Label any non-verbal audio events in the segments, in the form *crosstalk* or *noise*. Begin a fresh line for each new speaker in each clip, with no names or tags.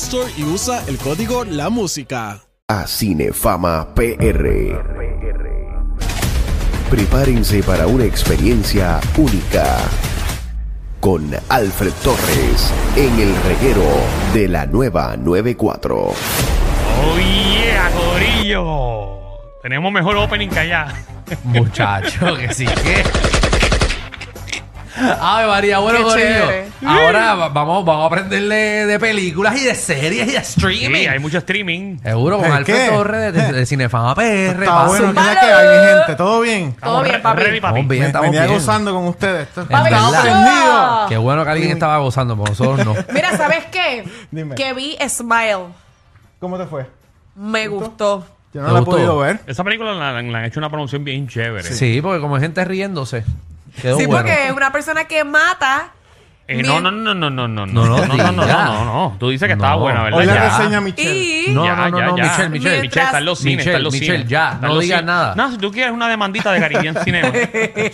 Store y usa el código La Música.
a Cinefama PR. Prepárense para una experiencia única con Alfred Torres en el reguero de la nueva 94.
¡Oh, yeah, Corillo! Tenemos mejor opening que allá.
*laughs* Muchacho, que sí que. Ay, María, bueno,
Qué
Corillo.
chévere.
Ahora va- vamos, vamos a aprenderle de películas y de series y de streaming.
Sí, hay mucho streaming.
Seguro, con
¿El
Alfred
qué?
Torres de, de Cinefama PR.
Está bueno, ¿qué es
pasa.
la que hay, mi gente? ¿Todo bien?
Todo
Estamos
bien,
re-
papi.
ready,
Estamos bien,
Me,
estamos
venía
bien.
gozando con ustedes. Esto.
Papi,
Estaba
vamos
prendido.
Qué bueno que alguien estaba gozando, pero nosotros no.
Mira, ¿sabes
*laughs*
qué?
Dime.
Que vi Smile.
¿Cómo te fue?
Me gustó.
Yo
¿Te
no la he
gustó?
podido ver.
Esa película la, la han hecho una promoción bien chévere.
Sí, porque como hay gente riéndose. Quedó
sí,
bueno.
porque es una persona que mata.
Eh, no, no, no, no, no, no, no,
No, no,
no, no, no, no,
diga.
no, no. Tú dices que estaba
No.
buena,
Hoy
¿verdad?
la
Ya.
reseña a Michelle.
Y.
No,
Ya,
no, no,
ya,
no,
ya.
Michelle, Michelle.
Michelle, está en los cines, está en los
Michelle,
cines.
ya,
Está en
no
los
digas
cines.
nada.
No, si tú quieres una demandita de Caribbean Cinema.
*laughs*
Sí,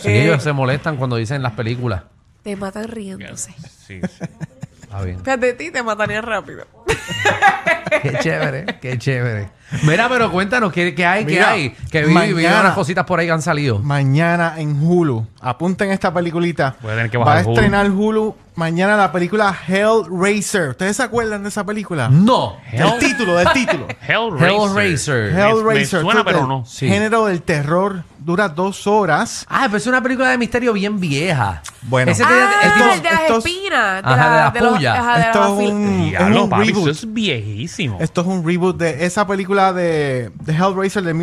eh,
ellos se molestan cuando dicen las películas.
Te matan riéndose.
Sí, sí.
Está bien.
Fíjate de ti, te matarían rápido.
Qué chévere, qué chévere. Mira, pero cuéntanos, ¿qué, qué hay? ¿Qué
Mira,
hay? Que vi,
mañana-
vi unas cositas por ahí que han salido.
Mañana en Hulu. Apunten esta peliculita.
Voy a tener que
Va a
bajar Hulu.
estrenar Hulu mañana la película Hellraiser. ¿Ustedes se acuerdan de esa película?
Mm.
No.
Del título, del título.
Hellraiser. *laughs*
Hellraiser.
Me-
Hellraiser.
Me suena,
tú,
pero
del
no.
Sí.
Género del terror. Dura dos horas.
Ah, pero es una película de misterio bien vieja.
Bueno.
Ese tiene-
Ah,
el tipo-
el de las
estos-
espinas.
Ajá, de las
los-
pullas.
ajá, de las
Esto es
afil-
un, es
Diablo,
un
papi,
reboot.
eso es viejísimo.
Esto es un reboot de esa película de, de Hellraiser de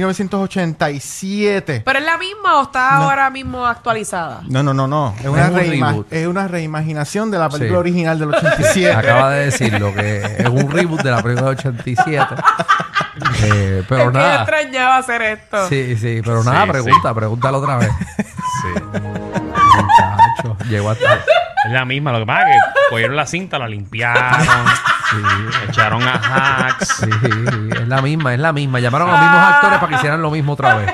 1987.
Pero es la misma o está ahora mismo actualizada.
No, no, no, no. Es una,
un
reima-
reboot.
es una reimaginación de la película
Sí.
original del 87.
Acaba de decirlo, que es un reboot de la película de 87. *laughs* Eh,
Es
pero
que yo
nada.
extrañaba hacer esto.
Sí, sí, pero
Sí,
nada,
sí.
pregunta, pregúntalo otra vez.
Sí.
Muchacho, llegó hasta.
Es la misma. Lo que pasa es que cogieron la cinta, la
*laughs*
limpiaron, echaron a hacks.
Sí, sí, es la misma, es la misma. Llamaron a los mismos actores para que hicieran lo mismo otra vez.
Sí.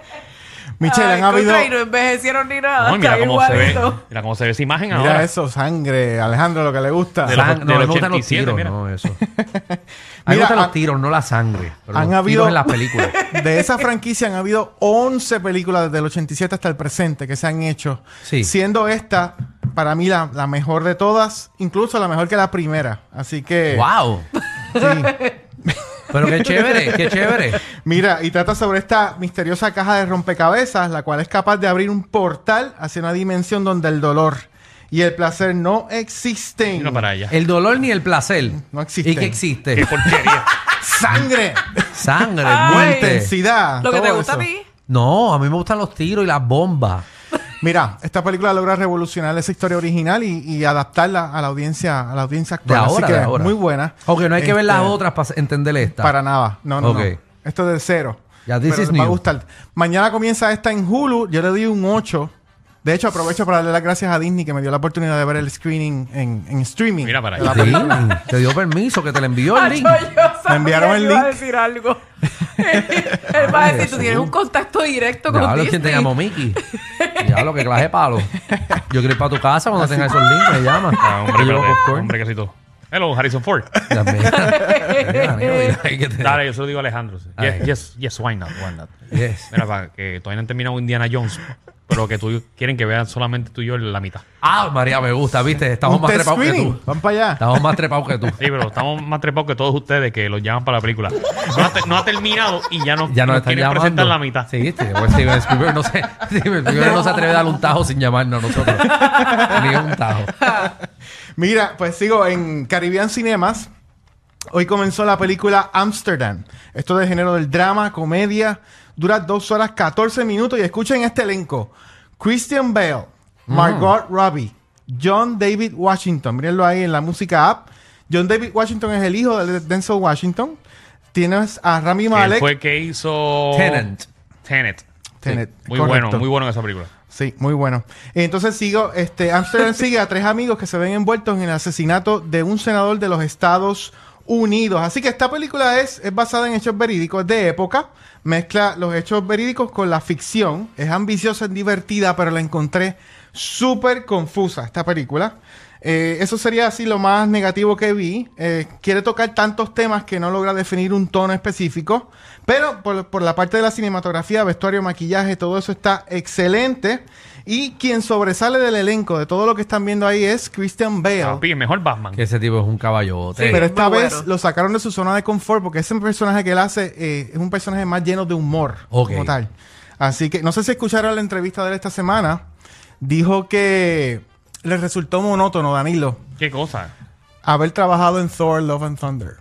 *laughs* Michelle,
Ay,
han habido.
contra, Y no envejecieron ni nada.
No, y mira
Ah, está
cómo se ve.
igualito.
Mira cómo se ve esa imagen
Mira
ahora.
eso, sangre. Alejandro, lo que le gusta.
De los-
Sang- no,
del
me gustan los
87,
tiros,
mira.
no, eso. A mí me
Mira,
gustan los
ha-
tiros, no la sangre. Pero
han
los
habido-
tiros en las películas.
*laughs* De esa franquicia han habido 11 películas desde el 87 hasta el presente que se han hecho.
Sí.
Siendo esta, para mí, la, la mejor de todas. Incluso la mejor que la primera. Así que.
¡Wow!
sí.
Pero qué chévere,
*laughs*
qué chévere.
Mira, y trata sobre esta misteriosa caja de rompecabezas, la cual es capaz de abrir un portal hacia una dimensión donde el dolor y el placer no existen.
Mira para allá.
El dolor ni el placer.
No existen.
¿Y qué
Qué
existe?
porquería.
¡Sangre!
Sangre,
*laughs* Ay.
muerte.
Intensidad.
Lo que
todo
te gusta
Ah, eso.
a ti.
No, a mí me gustan los tiros y las bombas.
Mira, esta película logra revolucionar esa historia original y, y adaptarla a la audiencia, a la audiencia
De
actual.
ahora,
Así que
de ahora.
muy buena.
Aunque no hay que ver
Este,
las otras para entender esta.
Para nada. No, no,
Ok.
no. Esto es de cero.
Ya, this
Pero
is
les va a
new.
gustar. Mañana comienza esta en Hulu. Yo le di un 8. De hecho, aprovecho para darle las gracias a Disney que me dio la oportunidad de ver el screening en, en streaming.
Mira para
De la
allá.
Sí,
película.
te dio permiso que te le envió el
Nacho,
link.
yo sabía
enviaron el
que iba a
link.
*laughs*
decir algo. Él va a decir, tú tienes un contacto directo con
Diablo,
Disney.
¿quién te llamó Mickey? Diablo, que clase de palo. Yo quiero ir para tu casa cuando tengas esos links, me llama.
Ah, hombre,
Yo llevo
espérate,
popcorn. Eh.
hombre, casi todo. Hello, Harrison Ford.
Ya, mira. Mira, mira,
*laughs*
mira, que te-
Dale, yo se lo digo a Alejandro. sí.
Ay.
Yes, yes, yes, why not, why not.
Yes.
Mira, para que todavía no han terminado Indiana Jones. pero que tú quieren que vean solamente tú y yo en la mitad.
Ah, María, me gusta, viste. Estamos
Un
más
test
trepados que
screening.
tú.
Van para allá.
Estamos más trepados que tú.
Sí, pero estamos más trepados que todos ustedes que los llaman para la película. No ha, te- no ha terminado y ya no,
Ya nos están
quieren
llamando.
presentar la mitad.
Sí, viste. Pues Steven Spielberg no *laughs* se, Steven Spielberg no se atreve a darle un tajo sin llamarnos a nosotros. Ni un tajo.
Mira, pues sigo en Caribbean Cinemas. Hoy comenzó la película Amsterdam. Esto del género del drama, comedia. Dura 2 horas 14 minutos y escuchen este elenco. Christian Bale, Margot Robbie, John David Washington. Mírenlo ahí en la música app. John David Washington es el hijo de Denzel Washington. Tienes a Rami
Que
Malek.
fue el que hizo...
Tenant.
Tenet.
Tenet,
Muy
correcto.
bueno, muy bueno en esa película.
Sí, muy bueno. Entonces sigo, este, Amsterdam sigue a tres amigos que se ven envueltos en el asesinato de un senador de los Estados Unidos. Así que esta película es, es basada en hechos verídicos de época, mezcla los hechos verídicos con la ficción, es ambiciosa, es divertida, pero la encontré súper confusa esta película. Eh, eso sería así lo más negativo que vi. Eh, quiere tocar tantos temas que no logra definir un tono específico. Pero por, por la parte de la cinematografía, vestuario, maquillaje, todo eso está excelente. Y quien sobresale del elenco, de todo lo que están viendo ahí, es Christian Bale.
Papi, mejor Batman.
Que ese tipo es un caballote.
Pero esta
muy
vez
bueno.
lo sacaron de su zona de confort porque ese personaje que él hace eh, es un personaje más lleno de humor
Ok.
como tal. Así que no sé si escucharon la entrevista de él esta semana. Dijo que le resultó monótono, Danilo,
¿Qué cosa?
haber trabajado en Thor, Love and Thunder.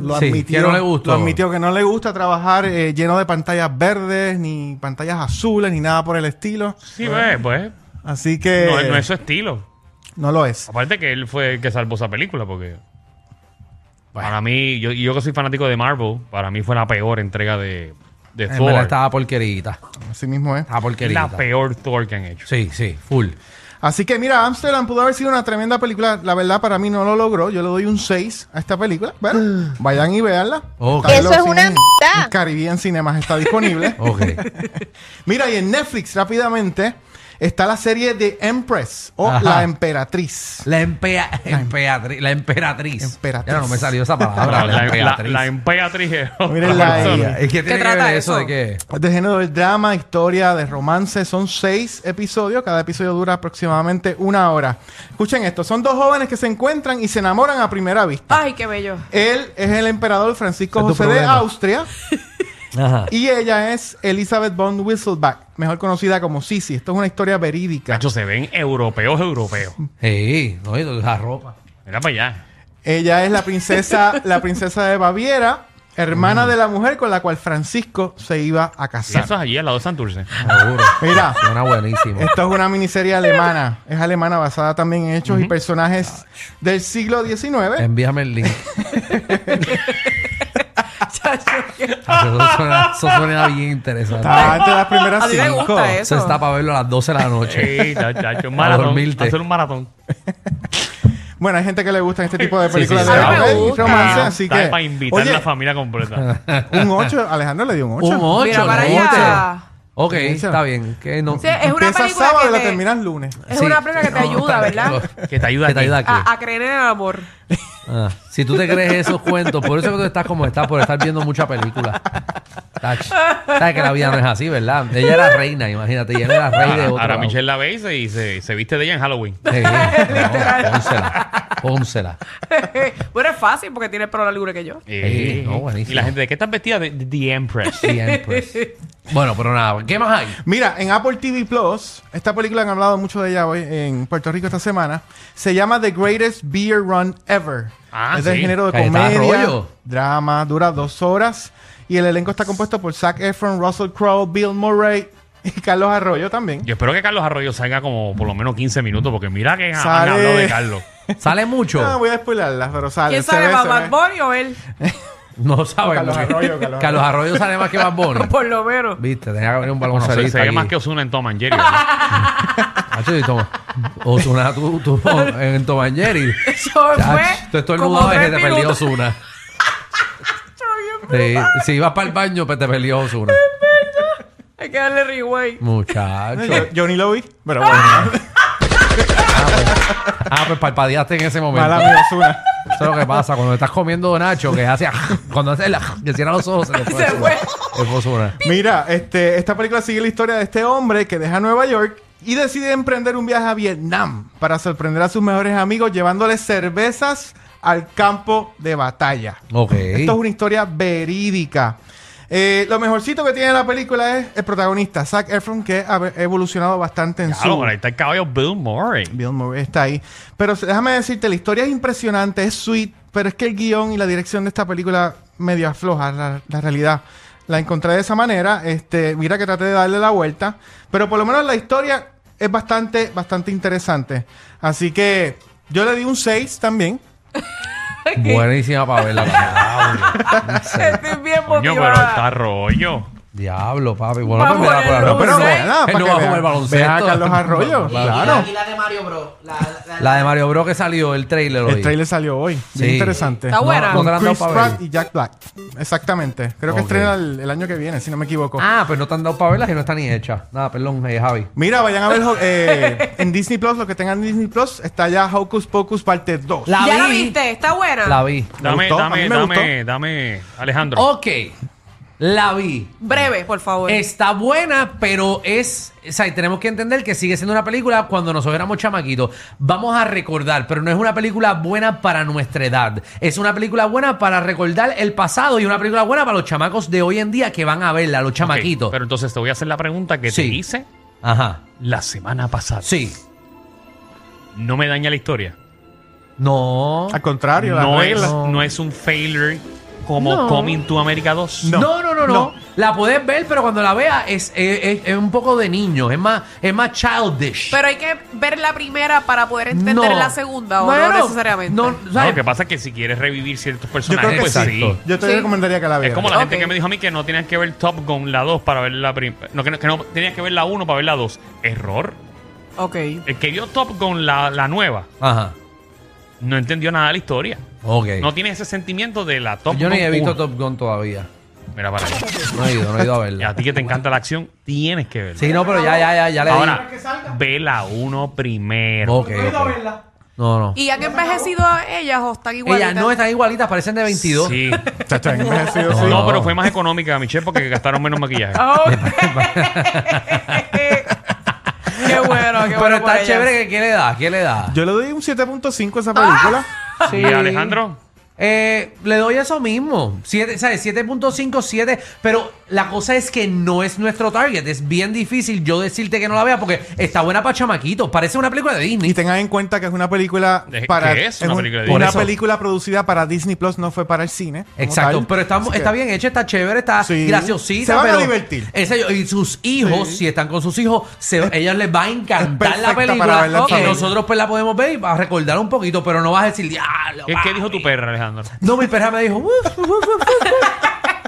Lo,
Sí,
admitió,
que no le gustó.
lo admitió que no le gusta trabajar eh, lleno de pantallas verdes, ni pantallas azules, ni nada por el estilo.
Sí, pues, pues
Así que
no, es- no es su estilo.
no lo es.
Aparte que él fue el que salvó esa película, porque para mí, yo, yo que soy fanático de Marvel, para mí fue la peor entrega de, de
En verdad
Thor.
estaba porquerita.
Así mismo es.
Estaba
Es la
porquerita.
peor Thor que han hecho.
Sí, sí, full.
Así que mira, Amsterdam pudo haber sido una tremenda película. La verdad, para mí no lo logró. Yo le doy un 6 a esta película.
*gasps*
Bueno, vayan y véanla.
Ok.
Está en
Eso
los
es una
cines-
mierda.
en Caribbean Cinemas está disponible.
*laughs* Ok.
mira, y en Netflix, rápidamente, está la serie de Empress o
Ajá.
La Emperatriz.
La, empea, empeatri- la emperatriz.
Emperatriz.
Ya no me salió esa
la,
palabra. la
la,
emperatriz.
la emperatriz es otra
Mírenla ahí.
persona.
¿Y qué tiene que
trata
ver eso?
eso?
¿De qué?
Es De género de drama, historia, de romance. Son seis episodios. Cada episodio dura aproximadamente una hora. Escuchen esto. Son dos jóvenes que se encuentran y se enamoran a primera vista.
*laughs* Ay, qué bello.
Él es el emperador Francisco
Ese es tu
José de
problema.
Austria
*laughs* Ajá.
y ella es Elizabeth Bond Whistleback, mejor conocida como Sisi. Esto es una historia verídica.
Cacho, se ven europeos, europeos.
Sí, no, y la ropa.
Mira para allá.
Ella es la princesa, la princesa de Baviera, hermana de la mujer con la cual Francisco se iba a
Y
casar.
eso es allí al lado de Santurce.
Seguro.
Mira,
Suena buenísimo.
esto es una miniserie alemana. Es alemana basada también en hechos y personajes del siglo XIX.
Envíame el *laughs* link.
Chacho, que-
Eso suena, eso suena bien interesante.
Está entre las primeras
A mí me
cinco.
gusta
Eso
eso.
está para verlo a las 12 de la noche.
Sí, ya- ya, hecho un maratón.
dormirte.
Hacer un maratón.
Bueno, hay gente que le gustan este tipo de
Sí, sí,
películas
sí.
de
A mí me
arte y
gusta.
romance,
Ah,
así
Está
que
para invitar
Oye,
la familia completa.
*laughs*
Un 8, Alejandro le dio un 8.
Un 8.
Mira para allá.
Ok,
Ocho.
está bien. Que no,
Sí, es una
Empieza
película
sábado
que
y la
te-
terminas lunes.
Es
Sí.
una prueba que te
No,
ayuda, ¿verdad? Ah,
Que te ayuda
Que te
aquí.
ayuda aquí.
A, a creer en el amor. *laughs*
Ah, si tú te crees esos cuentos, por eso que tú estás como estás, por estar viendo mucha película. Tach. Sabes que la vida no es así, ¿verdad? Ella era reina, imagínate, y él era rey de
Ahora-
otro
Ahora
lado.
Michelle la ve y se, y se- se viste de ella en Halloween.
Sí, no, pónsela, pónsela.
bueno, es fácil porque tiene el pelo largo que yo.
Sí, no, buenísimo.
Eh, y la gente, ¿de qué estás vestida? De, de The Empress.
The Empress. pues. Bueno, pero nada, ¿qué más hay?
Mira, en Apple TV Plus, esta película han hablado mucho de ella hoy en Puerto Rico esta semana, se llama The Greatest Beer Run Ever.
Ah,
es del
sí.
género de
Cayetano
comedia,
Arroyo.
drama, dura dos horas y el elenco está compuesto por Zac Efron, Russell Crowe, Bill Murray y *laughs* Carlos Arroyo también.
Yo espero que Carlos Arroyo salga como por lo menos 15 minutos, porque mira que han
Sale.
hablado de
*laughs*
Carlos.
¿Sale mucho?
No Ah, voy a spoilarlas, pero sale.
¿Quién
se
sabe
ve,
más,
se
Bad
ve.
Bunny o él? *laughs*
No sabemos.
Carlos Arroyo, Carlos
Carlos Arroyo sale más que Bad
*laughs*
Bunny.
Por lo menos. *laughs*
Viste, tenía que haber un
No, se, se
baloncelista
ve
aquí.
más que Osuna en Tom and Jerry,
*laughs*
¿verdad?
Macho, y Tom- Ozuna, tú,
*laughs*
tú en Tom and Jerry.
Eso fue.
Chach, Tú
como
estornudabas y
tres
te perdió
minutos.
Osuna.
Chacho, bien,
Sí, si ibas para el baño, pues te perdió Osuna.
Hay que darle rewind. *laughs*
Muchacho.
Yo, yo ni lo vi, pero bueno,
Ah, pues parpadeaste en ese momento.
mala mía, Ozuna.
Eso es lo que pasa cuando estás comiendo Nacho, que hace. Cuando hace la. que cierra los ojos, se le fue.
Se fue.
El fósforo.
Mira, este, esta película sigue la historia de este hombre que deja Nueva York y decide emprender un viaje a Vietnam para sorprender a sus mejores amigos llevándoles cervezas al campo de batalla.
Ok.
Esto es una historia verídica. Eh, lo mejorcito que tiene la película es el protagonista, Zac Efron, que ha evolucionado bastante en
Claro,
su...
pero ahí está el caballo Bill Murray.
Bill Murray está ahí. Pero s- déjame decirte, la historia es impresionante, es sweet, pero es que el guión y la dirección de esta película medio afloja la, la realidad. La encontré de esa manera. Este, mira que traté de darle la vuelta. Pero por lo menos la historia es bastante, bastante interesante. Así que yo le di un 6 también.
Buenísima para verla.
Estoy bien
Coño, pero está
motivada.
rollo.
Diablo, papi. Bueno,
Vamos
pues, mira, por la
a ver,
Pero,
ropa.
pero
un seis.
bueno,
Él
para
no va
que
a jugar
vean.
baloncesto.
Vean a Carlos Arroyo.
Y-
claro.
Y la de Mario Bro. La, la-
La de Mario Bros que salió, el trailer hoy.
El trailer salió hoy. Bien
Sí.
interesante.
Está buena.
Con
No te la han dado
Chris
pa' ver.
Pratt y Jack Black. Exactamente. Creo que
Ok.
estrena el, el año que viene, si no me equivoco.
Ah, pero no te han dado para verlas y no está ni hecha. Nada, perdón, eh, Javi.
Mira, vayan
*laughs*
a ver eh, en Disney Plus, lo que tengan en Disney Plus, está ya Hocus Pocus parte 2.
La
¿Ya la
vi.
viste? ¿Está buena?
La vi.
Me
Dame,
gustó, a
dame,
mí me
dame, dame, Alejandro.
Ok. La vi.
Breve, por favor.
Está buena, pero es. O sea, y tenemos que entender que sigue siendo una película cuando nosotros éramos chamaquitos. Vamos a recordar, pero no es una película buena para nuestra edad. Es una película buena para recordar el pasado y una película buena para los chamacos de hoy en día que van a verla, los
Ok,
chamaquitos.
Pero entonces te voy a hacer la pregunta que te
Sí.
hice
Ajá.
la semana pasada.
Sí.
No me daña la historia.
No.
Al contrario, la
No es,
regla.
no es un failure como Coming to America 2.
No.
No, no, no, no,
No.
La puedes ver, pero cuando la veas es, es- es un poco de niño. Es más, es más childish.
Pero hay que ver la primera para poder entender
No.
la segunda, o
Bueno,
no necesariamente.
No,
No,
¿sabes?
lo que pasa es que si quieres revivir ciertos
Yo creo
personajes,
que
pues
sí.
sí.
Yo te
Sí.
recomendaría que la veas.
Es como la gente
Ok.
que me dijo a mí que no tenías que ver Top Gun la 2 para ver la primera. No, que no, que no tenías que ver la 1 para ver la 2. Error.
Ok.
El que vio Top Gun la, la nueva
Ajá.
no entendió nada de la historia.
Ok.
No tiene ese sentimiento de la Top
Yo
Gun.
ni he visto
1.
Top Gun todavía.
Mira para allá.
No he ido, no he ido
*laughs* Y a
a verla.
ti que te encanta la acción, tienes que verla.
Sí, no, pero ya, ya, ya, ya le
Ahora,
que salga.
ve la 1
di.
primero.
Ok,
la-
ok. No, no.
¿Y han envejecido a ellas o están igualitas?
Ellas no están igualitas, parecen de 22.
Sí.
Chacho, en vez de sido
No,
así.
No, pero fue más económica, Michelle, porque gastaron menos maquillaje.
qué bueno, qué
Pero
bueno. por
está
ellas.
chévere que ¿qué le da? ¿Qué le da?
Yo le doy un 7.5 a esa película.
Sí.
¿Y Alejandro?
Eh, le doy eso mismo. Siete- ¿sabes? 7.5, 7. Pero la cosa es que no es nuestro target. Es bien difícil yo decirte que no la vea porque está buena para chamaquitos. Parece una película de
Y
Disney.
tengan en cuenta que es una película
¿De-
para.
qué es una
un-
película de
una
Disney?
película producida para Disney Plus, no fue para el cine. como
Exacto,
tal.
pero está,
Así que-
está bien hecha, está chévere, está
Sí.
graciosita.
Se van a
pero
divertir.
ese- y sus hijos, si están con sus hijos, se, ellos les va a encantar
perfecta
la
para
película.
verla en
y
familia.
nosotros pues la podemos ver y vas a recordar un poquito, pero no vas a decir, "Diablo,
¿Qué, qué dijo
papi".
tu perra, Alejandro?
No, mi perra me dijo, "Uf, uf, uf, uf,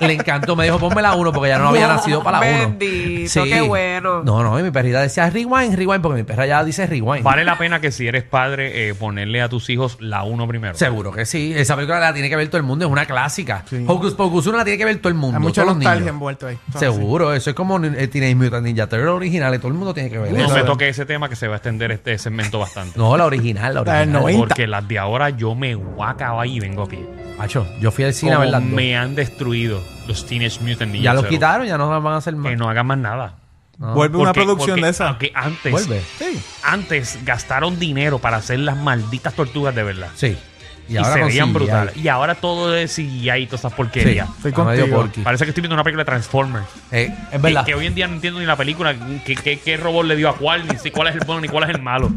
uf". le encantó, me dijo, ponme la uno porque ya no había nacido para la uno.
Bendito, qué bueno.
No, no, y mi perrita decía rewind, rewind, porque mi perra ya dice rewind.
Vale la pena que si eres padre, eh, ponerle a tus hijos la 1 primero.
Seguro que sí. Esa película la tiene que ver todo el mundo, es una clásica.
Sí.
Hocus Pocus 1 la tiene que ver todo el mundo.
Hay mucha
todos los
nostalgia
niños.
envuelto ahí. Entonces,
Seguro, eso es como el Teenage Mutant Ninja Turtle original, y todo el mundo tiene que ver
No
eso.
me toque ese tema que se va a extender este segmento bastante.
No, la original, la
La del
original.
90.
Porque las de ahora yo me voy a acabar y vengo aquí.
Macho, yo fui al cine a
Como
ver las dos.
me han destruido los Teenage Mutant Ninja
Ya los
Turtles.
quitaron, ya no las van a hacer más.
Que no hagan más nada.
No.
Vuelve una
Porque-
producción
porque-
de esa.
porque antes,
Vuelve.
Sí.
antes gastaron dinero para hacer las malditas tortugas de verdad.
Sí.
Y, se
con
veían
CGI.
brutales. Y ahora todo es CGI y todas esas
Sí,
porquerías.
Estoy
a medio
contigo.
porky.
Parece que estoy viendo una película de Transformers.
Eh, es
Que,
verdad.
que hoy en día no entiendo ni la película, qué que, qué robot le dio a cuál, ni si cuál es el bueno ni cuál es el malo.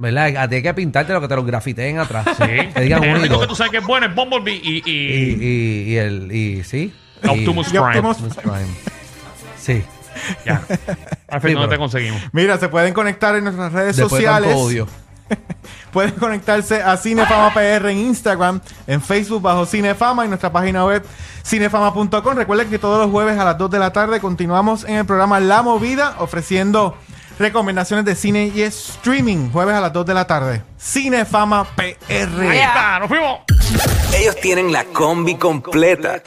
¿Verdad? A ti hay que pintarte lo que te lo grafiteen atrás.
Sí.
Que digan
el
uno y
único que
dos.
tú sabes que es bueno es Bumblebee y,
Y,
y-
y, y el. Y, sí. Y-
Optimus
Y
Prime.
Optimus-
Optimus Prime. Sí.
Ya. Al final no
pero-
te conseguimos.
Mira, se pueden conectar en nuestras redes
Después de
sociales.
tanto odio.
Pueden conectarse a Cinefama PR en Instagram, en Facebook bajo Cinefama y nuestra página web cinefama.com. Recuerden que todos los jueves a las 2 de la tarde continuamos en el programa La Movida ofreciendo recomendaciones de cine y streaming jueves a las 2 de la tarde. Cinefama PR.
Ahí está, nos fuimos.
Ellos tienen la combi completa.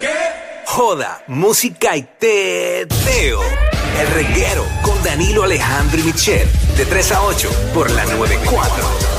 Joda, música y teo. El reguero con Danilo Alejandro y Michel. De 3 a 8 por la 94.